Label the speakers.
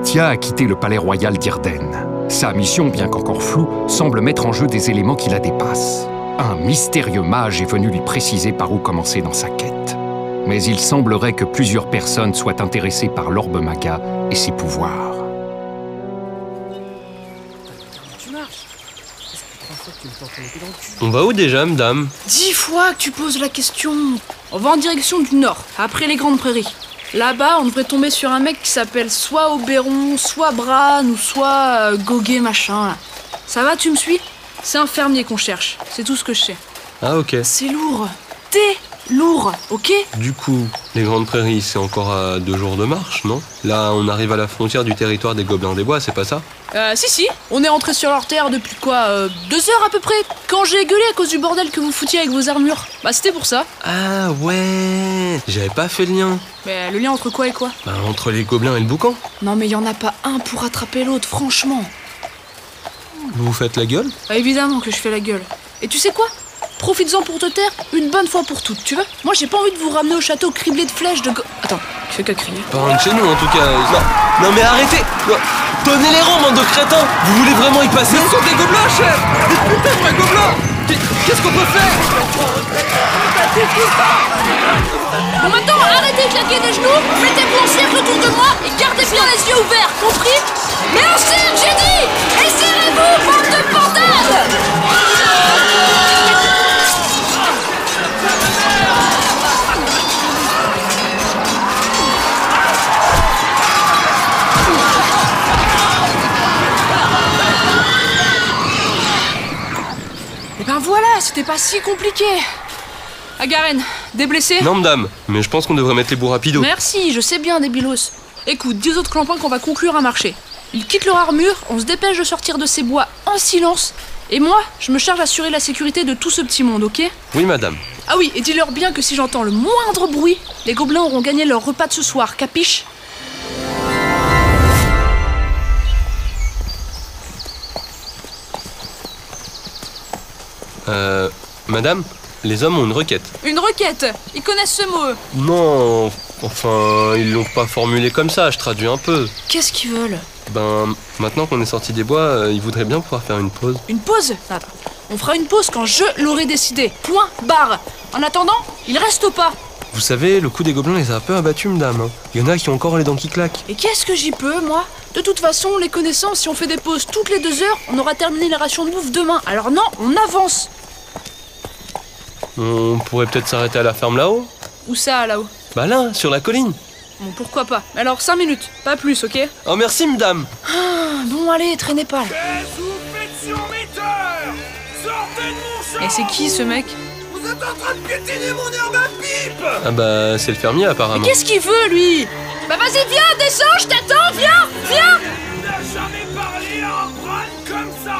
Speaker 1: Lucia a quitté le palais royal d'Irden. Sa mission, bien qu'encore floue, semble mettre en jeu des éléments qui la dépassent. Un mystérieux mage est venu lui préciser par où commencer dans sa quête. Mais il semblerait que plusieurs personnes soient intéressées par l'orbe maga et ses pouvoirs.
Speaker 2: Tu marches Ça fait trois fois que tu me portes le pied dans le cul.
Speaker 3: On va où déjà, madame
Speaker 2: Dix fois que tu poses la question On va en direction du nord, après les grandes prairies. Là-bas, on devrait tomber sur un mec qui s'appelle soit Oberon, soit Bran, ou soit euh, Goguet machin. là. Ça va, tu me suis C'est un fermier qu'on cherche, c'est tout ce que je sais.
Speaker 3: Ah ok.
Speaker 2: C'est lourd T'es lourd, ok
Speaker 3: Du coup, les Grandes Prairies, c'est encore à deux jours de marche, non Là, on arrive à la frontière du territoire des Gobelins des Bois, c'est pas ça
Speaker 2: Euh, si, si, on est rentré sur leur terre depuis quoi euh, Deux heures à peu près Quand j'ai gueulé à cause du bordel que vous foutiez avec vos armures. Bah, c'était pour ça.
Speaker 3: Ah ouais J'avais pas fait le lien.
Speaker 2: Mais le lien entre quoi et quoi
Speaker 3: Bah, entre les Gobelins et le Boucan.
Speaker 2: Non, mais il en a pas un pour attraper l'autre, franchement.
Speaker 3: Vous vous faites la gueule
Speaker 2: Ah, Évidemment que je fais la gueule. Et tu sais quoi Profites-en pour te taire une bonne fois pour toutes, tu veux Moi j'ai pas envie de vous ramener au château criblé de flèches de go... Attends, tu fais que crier.
Speaker 3: Pas un de chez nous, en tout cas. Non, non mais arrêtez Non. Donnez les rangs, bande de crétins Vous voulez vraiment y passer Ce sont des Gobelins, chef Putain, pas Gobelins Qu'est- Qu'est-ce qu'on peut faire
Speaker 2: Bon maintenant, arrêtez de claquer des genoux, mettez-vous en cercle autour de moi et gardez bien les yeux ouverts, compris Mais en cercle, j'ai dit Et serrez-vous, bande de bordel Et ben voilà, c'était pas si compliqué Agaren, des blessés
Speaker 3: Non, madame, mais je pense qu'on devrait mettre les bourgs rapido.
Speaker 2: Merci, je sais bien, Débilos. Écoute, dis aux autres clampins qu'on va conclure un marché. Ils quittent leur armure, on se dépêche de sortir de ces bois en silence, et moi, je me charge d'assurer la sécurité de tout ce petit monde, ok
Speaker 3: Oui, madame.
Speaker 2: Ah oui, et dis-leur bien que si j'entends le moindre bruit, les gobelins auront gagné leur repas de ce soir, capiche
Speaker 3: Euh. Madame, les hommes ont une requête.
Speaker 2: Une requête Ils connaissent ce mot,
Speaker 3: Non, enfin, ils l'ont pas formulé comme ça, je traduis un peu.
Speaker 2: Qu'est-ce qu'ils veulent
Speaker 3: Ben, maintenant qu'on est sorti des bois, euh, ils voudraient bien pouvoir faire une pause.
Speaker 2: Une pause Attends, on fera une pause quand je l'aurai décidé. Point, barre En attendant, ils restent au pas
Speaker 3: Vous savez, le coup des gobelins les a un peu abattus, madame. hein. Il y en a qui ont encore les dents qui claquent.
Speaker 2: Et qu'est-ce que j'y peux, moi De toute façon, les connaissances, si on fait des pauses toutes les deux heures, on aura terminé les rations de bouffe demain. Alors non, on avance
Speaker 3: On pourrait peut-être s'arrêter à la ferme là-haut
Speaker 2: Où ça, là-haut
Speaker 3: Bah là, sur la colline.
Speaker 2: Bon, pourquoi pas. Mais Alors, 5 minutes, pas plus, ok Ah,
Speaker 3: Oh merci, madame
Speaker 2: Bon, allez, traînez pas. Et c'est qui, ce mec
Speaker 4: Vous êtes en train de piétiner mon herbe à pipe
Speaker 3: Ah bah, c'est le fermier apparemment.
Speaker 2: Qu'est-ce qu'il veut, lui Bah vas-y, viens, descends, je t'attends, viens
Speaker 4: On n'a jamais parlé à un crâne comme ça